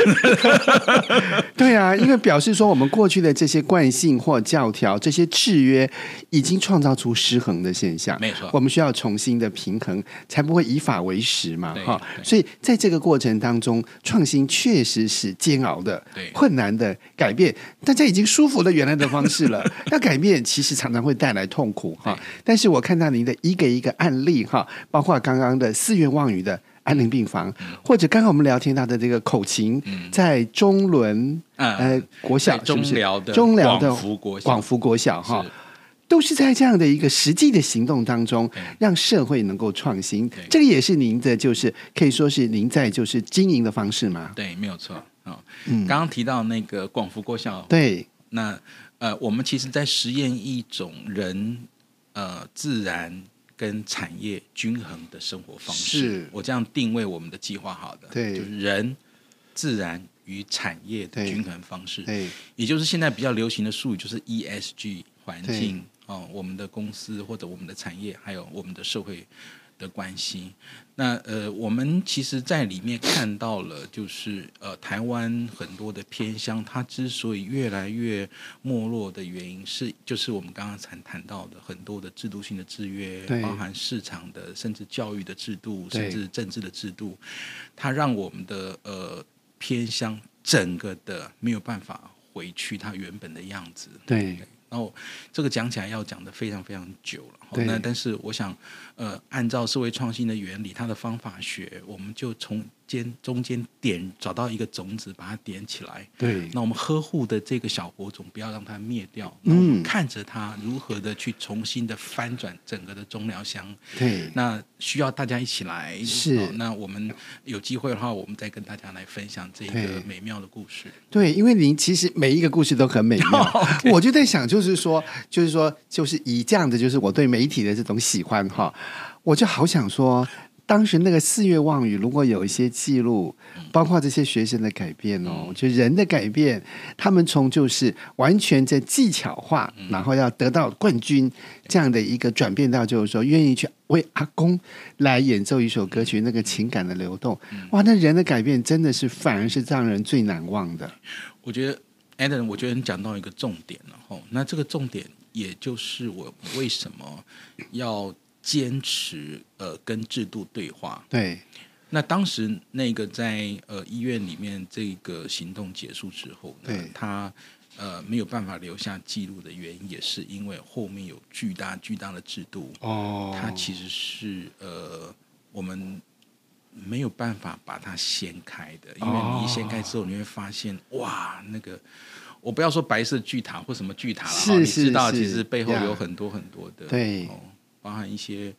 [SPEAKER 1] 对啊，因为表示说我们过去的这些惯性或教条、这些制约，已经创造出失衡的现象。
[SPEAKER 2] 没错
[SPEAKER 1] 我们需要重新的平衡，才不会以法为食嘛，
[SPEAKER 2] 对
[SPEAKER 1] 哈。
[SPEAKER 2] 对
[SPEAKER 1] 所以在这个过程当中，创新确实是煎熬的
[SPEAKER 2] 对、
[SPEAKER 1] 困难的改变。大家已经舒服了原来的方式
[SPEAKER 2] [LAUGHS]
[SPEAKER 1] 了，要改变其实常常会带来痛苦哈
[SPEAKER 2] 对。
[SPEAKER 1] 但是我看到您的一个一个案例哈，包括刚刚的四愿望语的。安宁病房，
[SPEAKER 2] 嗯
[SPEAKER 1] 或者刚刚我们聊天到的这个口琴，在中伦
[SPEAKER 2] 嗯
[SPEAKER 1] 呃国小
[SPEAKER 2] 在
[SPEAKER 1] 是不是
[SPEAKER 2] 中寮的
[SPEAKER 1] 中寮的
[SPEAKER 2] 广福国小
[SPEAKER 1] 广福国小哈
[SPEAKER 2] 是，
[SPEAKER 1] 都是在这样的一个实际的行动当中
[SPEAKER 2] 对，
[SPEAKER 1] 让社会能够创新
[SPEAKER 2] 对。
[SPEAKER 1] 这个也是您的，就是可以说是您在就是经营的方式嘛。
[SPEAKER 2] 对，没有错啊。哦
[SPEAKER 1] 嗯
[SPEAKER 2] 刚刚提到那个广福国小，
[SPEAKER 1] 对，
[SPEAKER 2] 那呃，我们其实在实验一种人呃自然跟产业均衡的生活方式
[SPEAKER 1] 是。
[SPEAKER 2] 我这样定位我们的计划好的，
[SPEAKER 1] 对
[SPEAKER 2] 就是人自然与产业的
[SPEAKER 1] 对
[SPEAKER 2] 均衡方式。
[SPEAKER 1] 对，
[SPEAKER 2] 也就是现在比较流行的术语，就是 ESG 环
[SPEAKER 1] 对
[SPEAKER 2] 境哦，我们的公司或者我们的产业，还有我们的社会的关系。那呃，我们其实在里面看到了，就是呃，台湾很多的偏乡，它之所以越来越没落的原因是，就是我们刚刚谈谈到的很多的制度性的制约
[SPEAKER 1] 对，
[SPEAKER 2] 包含市场的，甚至教育的制度，
[SPEAKER 1] 对
[SPEAKER 2] 甚至政治的制度，它让我们的呃偏乡整个的没有办法回去它原本的样子。
[SPEAKER 1] 对，
[SPEAKER 2] 然后这个讲起来要讲的非常非常久了，哦
[SPEAKER 1] 对
[SPEAKER 2] 那但是我想，呃，按照社会创新的原理，它的方法学，我们就从间中间点找到一个种子，把它点起来。
[SPEAKER 1] 对，
[SPEAKER 2] 那我们呵护的这个小火种，不要让它灭掉。
[SPEAKER 1] 嗯
[SPEAKER 2] 那我们看着它如何的去重新的翻转整个的中疗乡，
[SPEAKER 1] 对，
[SPEAKER 2] 那需要大家一起来。
[SPEAKER 1] 是
[SPEAKER 2] 哦那我们有机会的话，我们再跟大家来分享这
[SPEAKER 1] 对
[SPEAKER 2] 个美妙的故事。
[SPEAKER 1] 对，因为您其实每一个故事都很美 [LAUGHS] 妙
[SPEAKER 2] OK，
[SPEAKER 1] 我就在想，就是说，就是说，就是以这样的，就是我对媒体的这种喜欢哈，我就好想说，当时那个四月望雨，如果有一些记录，包括这些学生的改变哦，就人的改变，他们从就是完全在技巧化，然后要得到冠军这样的一个转变，到就是说愿意去为阿公来演奏一首歌曲，那个情感的流动，哇，那人的改变真的是反而是让人最难忘的。
[SPEAKER 2] 我觉得 Adam，我觉得你讲到一个重点了吼，那这个重点也就是我为什么要坚持呃跟制度对话。
[SPEAKER 1] 对
[SPEAKER 2] 那当时那个在呃医院里面这个行动结束之后呢
[SPEAKER 1] 对，
[SPEAKER 2] 他呃没有办法留下记录的原因，也是因为后面有巨大巨大的制度，
[SPEAKER 1] 哦
[SPEAKER 2] 它其实是呃我们没有办法把它掀开的，因为
[SPEAKER 1] 哦
[SPEAKER 2] 你一掀开之后，你会发现、哇，那个我不要说白色巨塔或什么巨塔了，
[SPEAKER 1] 是
[SPEAKER 2] 哈你
[SPEAKER 1] 是
[SPEAKER 2] 知道
[SPEAKER 1] 是
[SPEAKER 2] 其实背后
[SPEAKER 1] 呀
[SPEAKER 2] 有很多很多的
[SPEAKER 1] 对
[SPEAKER 2] 哦，包含一些。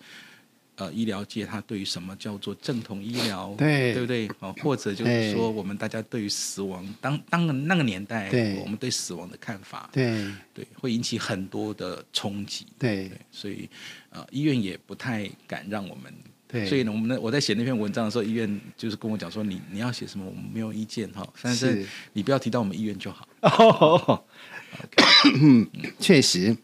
[SPEAKER 2] 呃，医疗界它对于什么叫做正统医疗，
[SPEAKER 1] 对
[SPEAKER 2] 对不对？哦，或者就
[SPEAKER 1] 对
[SPEAKER 2] 是说，我们大家对于死亡，当当个那个年代
[SPEAKER 1] 对，
[SPEAKER 2] 我们对死亡的看法，
[SPEAKER 1] 对
[SPEAKER 2] 对，会引起很多的冲击。
[SPEAKER 1] 对
[SPEAKER 2] 对，所以呃，医院也不太敢让我们。
[SPEAKER 1] 对，
[SPEAKER 2] 所以呢，我们呢，我在写那篇文章的时候，医院就是跟我讲说，你你要写什么，我们没有意见哈，但是
[SPEAKER 1] 是
[SPEAKER 2] 你不要提到我们医院就好。
[SPEAKER 1] [COUGHS] 哦，确实。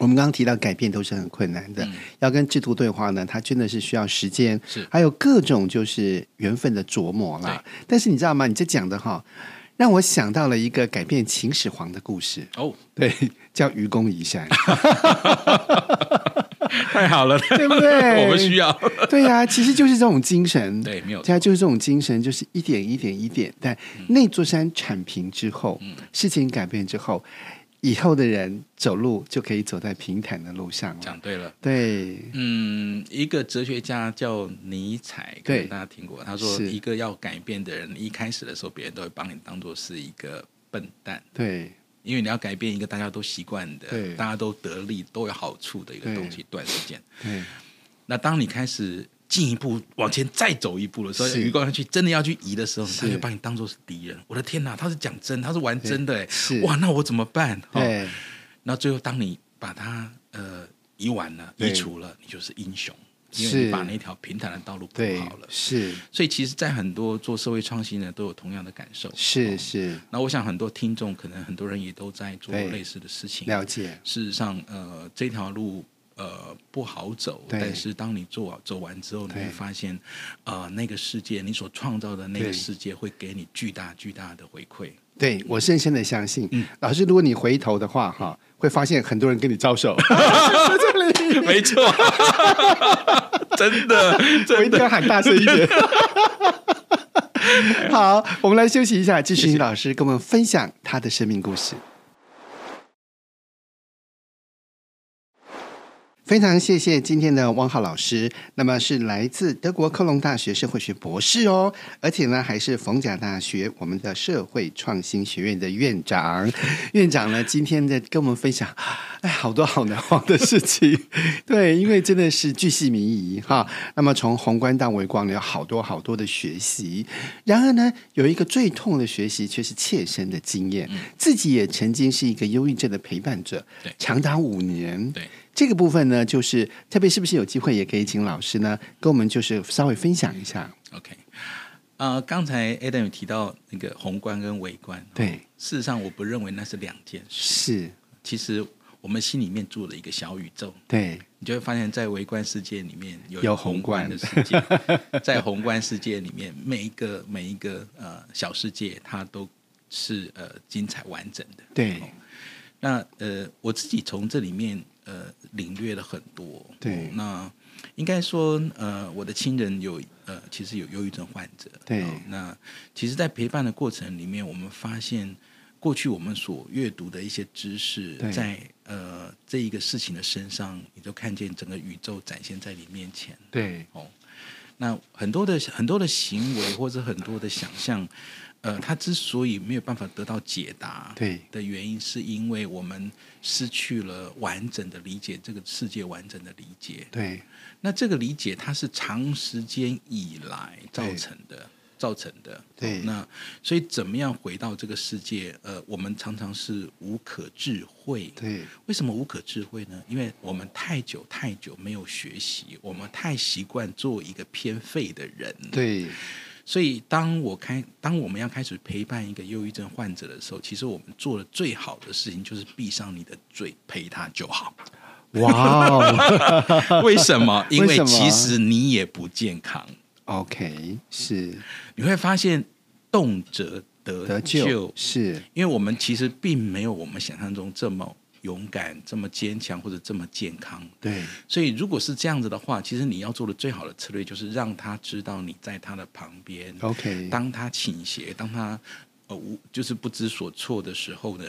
[SPEAKER 1] 我们刚刚提到改变都是很困难的，
[SPEAKER 2] 嗯
[SPEAKER 1] 要跟制度对话呢，它真的是需要时间，
[SPEAKER 2] 是
[SPEAKER 1] 还有各种就是缘分的琢磨啦。但是你知道吗？你这讲的哈，让我想到了一个改变秦始皇的故事，
[SPEAKER 2] 哦，
[SPEAKER 1] 对，叫愚公移山，
[SPEAKER 2] [LAUGHS] 太好了，
[SPEAKER 1] 对不对？
[SPEAKER 2] 我们需要。
[SPEAKER 1] 对呀、其实就是这种精神，
[SPEAKER 2] [LAUGHS] 对没有错嗯
[SPEAKER 1] 对啊，就是这种精神，就是一点一点一点，但那座山铲平之后，事情改变之后，以后的人走路就可以走在平坦的路上了。
[SPEAKER 2] 讲对了，
[SPEAKER 1] 对，
[SPEAKER 2] 嗯，一个哲学家叫尼采，可
[SPEAKER 1] 对
[SPEAKER 2] 能大家听过，他说
[SPEAKER 1] 是
[SPEAKER 2] 一个要改变的人，一开始的时候别人都会把你当做是一个笨蛋，
[SPEAKER 1] 对，
[SPEAKER 2] 因为你要改变一个大家都习惯
[SPEAKER 1] 对
[SPEAKER 2] 的、大家都得利、都有好处的一个
[SPEAKER 1] 对
[SPEAKER 2] 东西，短时间。
[SPEAKER 1] 对，
[SPEAKER 2] 那当你开始进一步往前再走一步的时候，
[SPEAKER 1] 是
[SPEAKER 2] 余光去真的要去移的时候，
[SPEAKER 1] 是
[SPEAKER 2] 他就把你当做是敌人。我的天哪，他是讲真，他是玩真的哎
[SPEAKER 1] 是，
[SPEAKER 2] 哇，那我怎么办？哦
[SPEAKER 1] 对，
[SPEAKER 2] 那最后当你把它呃移完了、
[SPEAKER 1] 对
[SPEAKER 2] 移除了，你就是英雄，因
[SPEAKER 1] 是
[SPEAKER 2] 为你把那条平坦的道路铺
[SPEAKER 1] 对
[SPEAKER 2] 好了，。
[SPEAKER 1] 是
[SPEAKER 2] 所以其实，在很多做社会创新的都有同样的感受。
[SPEAKER 1] 是是，
[SPEAKER 2] 那我想很多听众可能很多人也都在做
[SPEAKER 1] 对
[SPEAKER 2] 类似的事情。
[SPEAKER 1] 了解，
[SPEAKER 2] 事实上，呃，这条路呃不好走，
[SPEAKER 1] 对
[SPEAKER 2] 但是当你做走完之后，你
[SPEAKER 1] 对
[SPEAKER 2] 会发现，呃，那个世界你所创造的那
[SPEAKER 1] 对
[SPEAKER 2] 个世界会给你巨大巨大的回馈。
[SPEAKER 1] 对我深深的相信，
[SPEAKER 2] 嗯
[SPEAKER 1] 老师，如果你回头的话，哈，会发现很多人跟你招
[SPEAKER 2] [LAUGHS]
[SPEAKER 1] 手， [LAUGHS]
[SPEAKER 2] 没错，真的，
[SPEAKER 1] 我一定要喊大声一
[SPEAKER 2] [LAUGHS]
[SPEAKER 1] 点。 [LAUGHS] 好，我们来休息一下，继续请老师跟我们分享他的生命故事。非常谢谢今天的汪浩老师，那么是来自德国科隆大学社会学博士哦，而且呢还是逢甲大学我们的社会创新学院的院长。院长呢今天在跟我们分享，哎，好多好难忘的事情，
[SPEAKER 2] [LAUGHS]
[SPEAKER 1] 对，因为真的是巨细靡遗哈。那么从宏观到微观呢，有好多好多的学习。然而呢，有一个最痛的学习却是切身的经验，自己也曾经是一个忧郁症的陪伴者
[SPEAKER 2] 嗯对，
[SPEAKER 1] 长达五年。
[SPEAKER 2] 对。
[SPEAKER 1] 这个部分呢，就是特别是不是有机会也可以请老师呢，跟我们就是稍微分享一下。
[SPEAKER 2] OK，呃，刚才 Adam 有提到那个宏观跟微观，
[SPEAKER 1] 对，
[SPEAKER 2] 事实上我不认为那是两件事。
[SPEAKER 1] 是，
[SPEAKER 2] 其实我们心里面住了一个小宇宙，
[SPEAKER 1] 对，
[SPEAKER 2] 你就会发现，在微观世界里面有
[SPEAKER 1] 有宏
[SPEAKER 2] 宏
[SPEAKER 1] 观
[SPEAKER 2] 观的世界， [LAUGHS] 在宏观世界里面，每一个每一个呃小世界，它都是呃精彩完整的。
[SPEAKER 1] 对
[SPEAKER 2] 哦，那呃，我自己从这里面呃领略了很多。
[SPEAKER 1] 对
[SPEAKER 2] 哦那应该说呃，我的亲人有呃，其实有忧郁症患者。
[SPEAKER 1] 对
[SPEAKER 2] 哦那其实，在陪伴的过程里面，我们发现过去我们所阅读的一些知识
[SPEAKER 1] 对，
[SPEAKER 2] 在呃这一个事情的身上，你就看见整个宇宙展现在你面前。
[SPEAKER 1] 对，
[SPEAKER 2] 哦，那很多的很多的行为或者很多的想象，呃，它之所以没有办法得到解答，
[SPEAKER 1] 对
[SPEAKER 2] 的原因，是因为我们失去了完整的理解这个世界完整的理解。
[SPEAKER 1] 对，
[SPEAKER 2] 那这个理解，它是长时间以来造
[SPEAKER 1] 对
[SPEAKER 2] 成的。造成的，
[SPEAKER 1] 对
[SPEAKER 2] 哦那所以怎么样回到这个世界？呃，我们常常是无可智慧，
[SPEAKER 1] 对，
[SPEAKER 2] 为什么无可智慧呢？因为我们太久太久没有学习，我们太习惯做一个偏废的人。，
[SPEAKER 1] 对，
[SPEAKER 2] 所以当我开，当我们要开始陪伴一个忧郁症患者的时候，其实我们做的最好的事情就是闭上你的嘴，陪他就
[SPEAKER 1] [LAUGHS]
[SPEAKER 2] 好。
[SPEAKER 1] 哇 [LAUGHS] 哦
[SPEAKER 2] 为什么？因
[SPEAKER 1] 为
[SPEAKER 2] 为
[SPEAKER 1] 什么
[SPEAKER 2] 其实你也不健康，
[SPEAKER 1] ，OK，是
[SPEAKER 2] 你会发现动辄得
[SPEAKER 1] 得救，是
[SPEAKER 2] 因为我们其实并没有我们想象中这么勇敢、这么坚强或者这么健康。
[SPEAKER 1] 对，
[SPEAKER 2] 所以，如果是这样子的话，其实你要做的最好的策略就是让他知道你在他的旁边。
[SPEAKER 1] OK
[SPEAKER 2] 当他倾斜，当他呃无就是不知所措的时候呢，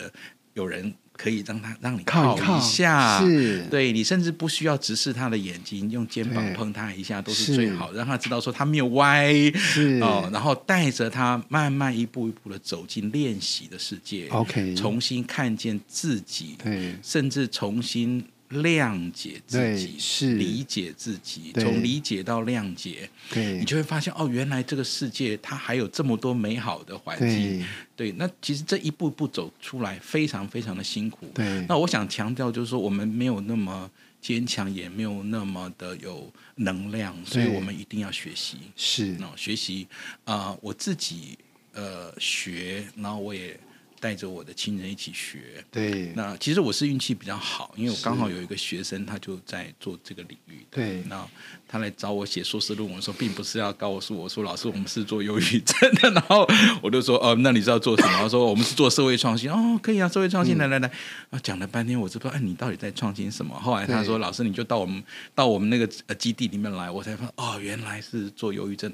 [SPEAKER 2] 有人可以让他让你
[SPEAKER 1] 靠
[SPEAKER 2] 靠一下，
[SPEAKER 1] 是，
[SPEAKER 2] 对你甚至不需要直视他的眼睛，用肩膀
[SPEAKER 1] 对
[SPEAKER 2] 碰他一下都
[SPEAKER 1] 是
[SPEAKER 2] 是最好，让他知道说他没有歪
[SPEAKER 1] 是
[SPEAKER 2] 哦，然后带着他慢慢一步一步的走进练习的世界
[SPEAKER 1] OK
[SPEAKER 2] 重新看见自己，
[SPEAKER 1] 对
[SPEAKER 2] 甚至重新谅解自己
[SPEAKER 1] 对，是
[SPEAKER 2] 理解自己，
[SPEAKER 1] 对
[SPEAKER 2] 从理解到谅解，
[SPEAKER 1] 对
[SPEAKER 2] 你，就会发现哦，原来这个世界它还有这么多美好的环境
[SPEAKER 1] 对，，
[SPEAKER 2] 对，那其实这一步一步走出来，非常非常的辛苦，
[SPEAKER 1] 对，
[SPEAKER 2] 那我想强调就是说，我们没有那么坚强，也没有那么的有能量，所以我们一定要学习。
[SPEAKER 1] 是
[SPEAKER 2] 那学习啊、呃我自己呃学，然后我也带着我的亲人一起学。
[SPEAKER 1] 对，
[SPEAKER 2] 那其实我是运气比较好，因为我刚好有一个学生，他就在做这个领域的。
[SPEAKER 1] 对
[SPEAKER 2] 那他来找我写硕士论文的时候，并不是要告诉我说，老师，我们是做忧郁症的。然后我就说，哦，那你知道做什么？他说，我们是做社会创新。哦，可以啊，社会
[SPEAKER 1] 嗯
[SPEAKER 2] 创新，来来来。啊，讲了半天，我就不知道，哎，你到底在创新什么？后来他
[SPEAKER 1] 对
[SPEAKER 2] 说，老师，你就到我们到我们那个呃基地里面来，我才发现，哦，原来是做忧郁症。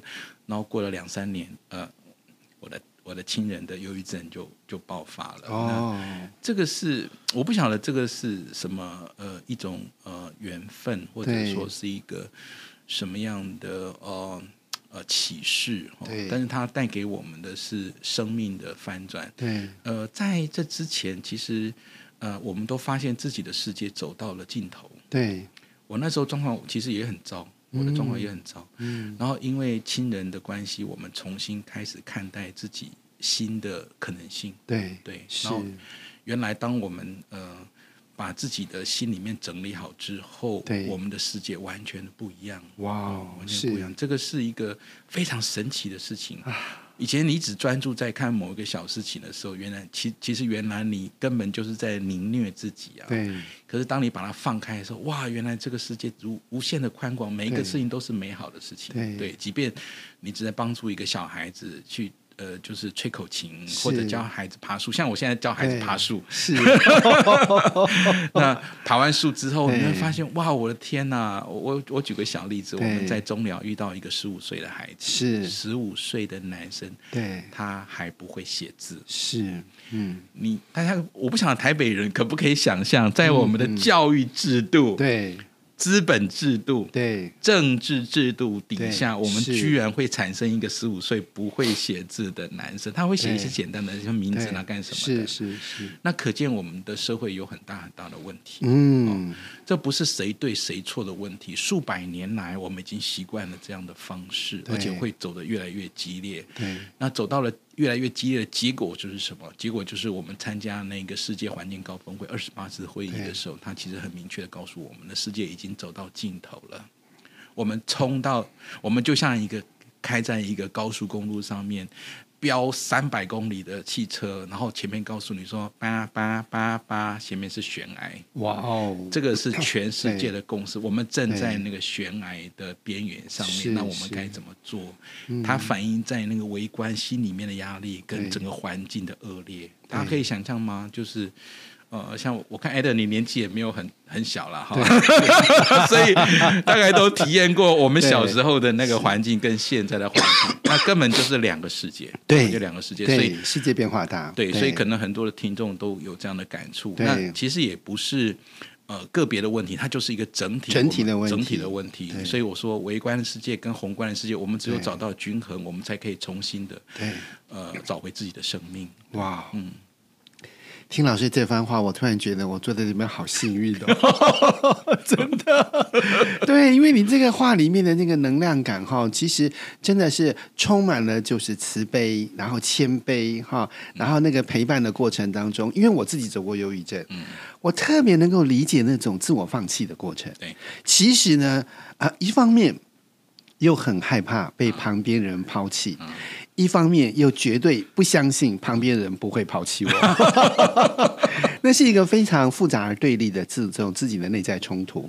[SPEAKER 2] 然后过了两三年，呃，我的我的亲人的忧郁症就就爆发了。那
[SPEAKER 1] 哦，
[SPEAKER 2] 这个是我不晓得这个是什么呃一种呃缘分，或者
[SPEAKER 1] 对
[SPEAKER 2] 说是一个什么样的呃呃启示，哦
[SPEAKER 1] 对
[SPEAKER 2] 但是它带给我们的是生命的翻转。
[SPEAKER 1] 对，
[SPEAKER 2] 呃，在这之前，其实呃，我们都发现自己的世界走到了尽头。
[SPEAKER 1] 对，
[SPEAKER 2] 我那时候状况其实也很糟，我的状况也很糟。
[SPEAKER 1] 嗯，
[SPEAKER 2] 然后因为亲人的关系，我们重新开始看待自己新的可能性。
[SPEAKER 1] 对，
[SPEAKER 2] 对，
[SPEAKER 1] 是
[SPEAKER 2] 然，后原来当我们呃把自己的心里面整理好之后
[SPEAKER 1] 对，
[SPEAKER 2] 我们的世界完全的不一样，
[SPEAKER 1] 哇
[SPEAKER 2] 哦
[SPEAKER 1] 哦，，
[SPEAKER 2] 完全不一
[SPEAKER 1] 是啊
[SPEAKER 2] 样。这个是一个非常神奇的事情。以前你只专注在看某一个小事情的时候，原来其其实原来你根本就是在凌虐自己啊。
[SPEAKER 1] 对，
[SPEAKER 2] 可是当你把它放开的时候，哇，原来这个世界如无限的宽广，每一个
[SPEAKER 1] 对
[SPEAKER 2] 事情都是美好的事情。
[SPEAKER 1] 对
[SPEAKER 2] 即便你只在帮助一个小孩子去呃，就是吹口琴
[SPEAKER 1] 是
[SPEAKER 2] 或者教孩子爬树，像我现在教孩子
[SPEAKER 1] 对
[SPEAKER 2] 爬树，
[SPEAKER 1] 是，
[SPEAKER 2] 啊 [LAUGHS]
[SPEAKER 1] [LAUGHS]
[SPEAKER 2] 那爬完树之后，
[SPEAKER 1] 对
[SPEAKER 2] 你会发现，哇，我的天呐！我我我举个小例子，我
[SPEAKER 1] 对
[SPEAKER 2] 们在中寮遇到一个十五岁的孩子，
[SPEAKER 1] 是，
[SPEAKER 2] 十五岁的男生，
[SPEAKER 1] 对，
[SPEAKER 2] 他还不会写字，
[SPEAKER 1] 是，嗯，
[SPEAKER 2] 你大家，我不想台北人可不可以想象，在我们的教育制度、
[SPEAKER 1] 对，
[SPEAKER 2] 资本制度、
[SPEAKER 1] 对，
[SPEAKER 2] 政治制度底
[SPEAKER 1] 对
[SPEAKER 2] 下，我们
[SPEAKER 1] 是
[SPEAKER 2] 居然会产生一个十五岁不会写字的男生，他会写一些
[SPEAKER 1] 对
[SPEAKER 2] 简单的像名字
[SPEAKER 1] 对
[SPEAKER 2] 啦干什么
[SPEAKER 1] 是
[SPEAKER 2] 的。
[SPEAKER 1] 是是，
[SPEAKER 2] 那可见我们的社会有很大很大的问题，
[SPEAKER 1] 嗯，
[SPEAKER 2] 这不是谁对谁错的问题。数百年来，我们已经习惯了这样的方式，
[SPEAKER 1] 对
[SPEAKER 2] 而且会走得越来越激烈。
[SPEAKER 1] 对，
[SPEAKER 2] 那走到了越来越激烈的结果就是什么？结果就是我们参加那个世界环境高峰会二十八次会议的时候，他其实很明确的告诉我们的世界已经走到尽头了。我们冲到，我们就像一个开在一个高速公路上面。飙三百公里的汽车，然后前面告诉你说叭叭叭叭，前面是悬崖，
[SPEAKER 1] 哇哦，
[SPEAKER 2] 这个是全世界的共识，我们站在那个悬崖的边缘上
[SPEAKER 1] 是
[SPEAKER 2] 面，那我们
[SPEAKER 1] 是嗯
[SPEAKER 2] 该怎么做？它反映在那个围观心里面的压力
[SPEAKER 1] 对
[SPEAKER 2] 跟整个环境的恶劣，大家可以想象吗？就是。呃，像我我看艾德，你年纪也没有很很小了哈， [LAUGHS] 所以大概都体验过我们小时候的那个环境跟现在的环境，那根本就是两个世界，
[SPEAKER 1] 对
[SPEAKER 2] 就两个世界，所以
[SPEAKER 1] 对，世界变化大，
[SPEAKER 2] 对，所以可能很多的听众都有这样的感触。
[SPEAKER 1] 对
[SPEAKER 2] 那其实也不是呃个别的问题，它就是一个整体
[SPEAKER 1] 整体的
[SPEAKER 2] 我们
[SPEAKER 1] 问题
[SPEAKER 2] 整体的问题
[SPEAKER 1] 对。
[SPEAKER 2] 所以我说，微观的世界跟宏观的世界，我们只有
[SPEAKER 1] 对
[SPEAKER 2] 找到均衡，我们才可以重新的
[SPEAKER 1] 对，
[SPEAKER 2] 呃找回自己的生命。
[SPEAKER 1] 哇，
[SPEAKER 2] 嗯，
[SPEAKER 1] 听老师这番话，我突然觉得我坐在这边好幸运哦， [LAUGHS] 真的。对，因为你这个话里面的那个能量感哈，其实真的是充满了就是慈悲，然后谦卑哈，然后那个陪伴的过程当中，因为我自己走过忧郁症，我特别能够理解那种自我放弃的过程。
[SPEAKER 2] 对，
[SPEAKER 1] 其实呢，啊、一方面又很害怕被旁边人抛弃，一方面又绝对不相信旁边人不会抛弃我，那是一个非常复杂而对立的自这种自己的内在冲突。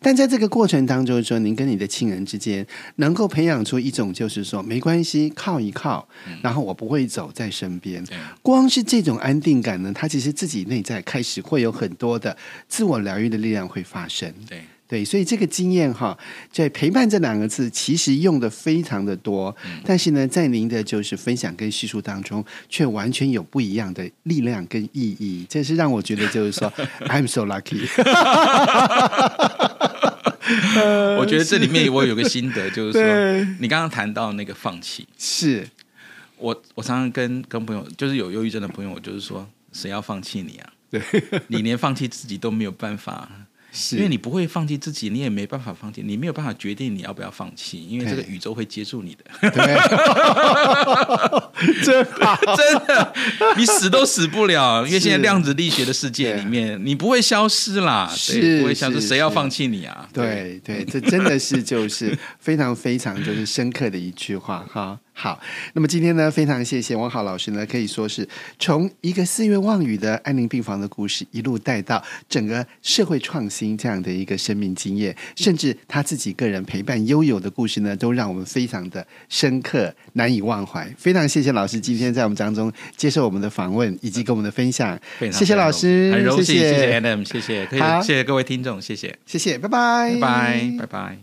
[SPEAKER 1] 但在这个过程当中，说您跟你的亲人之间能够培养出一种，就是说没关系，靠一靠，然后我不会走在身边。
[SPEAKER 2] 对啊
[SPEAKER 1] 光是这种安定感呢，它其实自己内在开始会有很多的自我疗愈的力量会发生。
[SPEAKER 2] 对，
[SPEAKER 1] 对，所以这个经验哈，在陪伴这两个字，其实用的非常的多，
[SPEAKER 2] 嗯
[SPEAKER 1] 但是呢，在您的就是分享跟叙述当中，却完全有不一样的力量跟意义，这是让我觉得就是说 [LAUGHS] ，I'm so lucky， [LAUGHS]
[SPEAKER 2] 我觉得这里面我有个心得，就是
[SPEAKER 1] 呃对
[SPEAKER 2] 说，你刚刚谈到那个放弃，
[SPEAKER 1] 是
[SPEAKER 2] 我我常常跟跟朋友，就是有忧郁症的朋友，我就是说，谁要放弃你啊？
[SPEAKER 1] 对，
[SPEAKER 2] 你连放弃自己都没有办法，
[SPEAKER 1] 是
[SPEAKER 2] 因为你不会放弃自己，你也没办法放弃，你没有办法决定你要不要放弃，因为这个
[SPEAKER 1] 对
[SPEAKER 2] 宇宙会接
[SPEAKER 1] [LAUGHS]
[SPEAKER 2] 住你的，
[SPEAKER 1] 对，真好，
[SPEAKER 2] 真的，你死都死不了，因为
[SPEAKER 1] 是
[SPEAKER 2] 现在量子力学的世界里面，你不会消失啦，
[SPEAKER 1] 是
[SPEAKER 2] 对，不会消失，
[SPEAKER 1] 是
[SPEAKER 2] 谁要
[SPEAKER 1] 是
[SPEAKER 2] 放弃你 [LAUGHS] 啊？
[SPEAKER 1] 对对，这真的是就是非常非常就是深刻的一句话哈。好，那么今天呢，非常谢谢王浩老师呢，可以说是从一个四月望雨的安宁病房的故事，一路带到整个社会创新这样的一个生命经验，甚至他自己个人陪伴悠悠的故事呢，都让我们非常的深刻，难以忘怀。非常谢谢老师今天在我们当中接受我们的访问，以及跟我们的分享
[SPEAKER 2] 非。常
[SPEAKER 1] 谢谢
[SPEAKER 2] 非常
[SPEAKER 1] 老师，
[SPEAKER 2] 很荣幸，
[SPEAKER 1] 谢
[SPEAKER 2] 谢谢
[SPEAKER 1] 谢，
[SPEAKER 2] Adam，谢谢，可以
[SPEAKER 1] 好
[SPEAKER 2] 谢谢各位听众，谢谢，
[SPEAKER 1] 谢谢，拜
[SPEAKER 2] 拜拜，拜拜。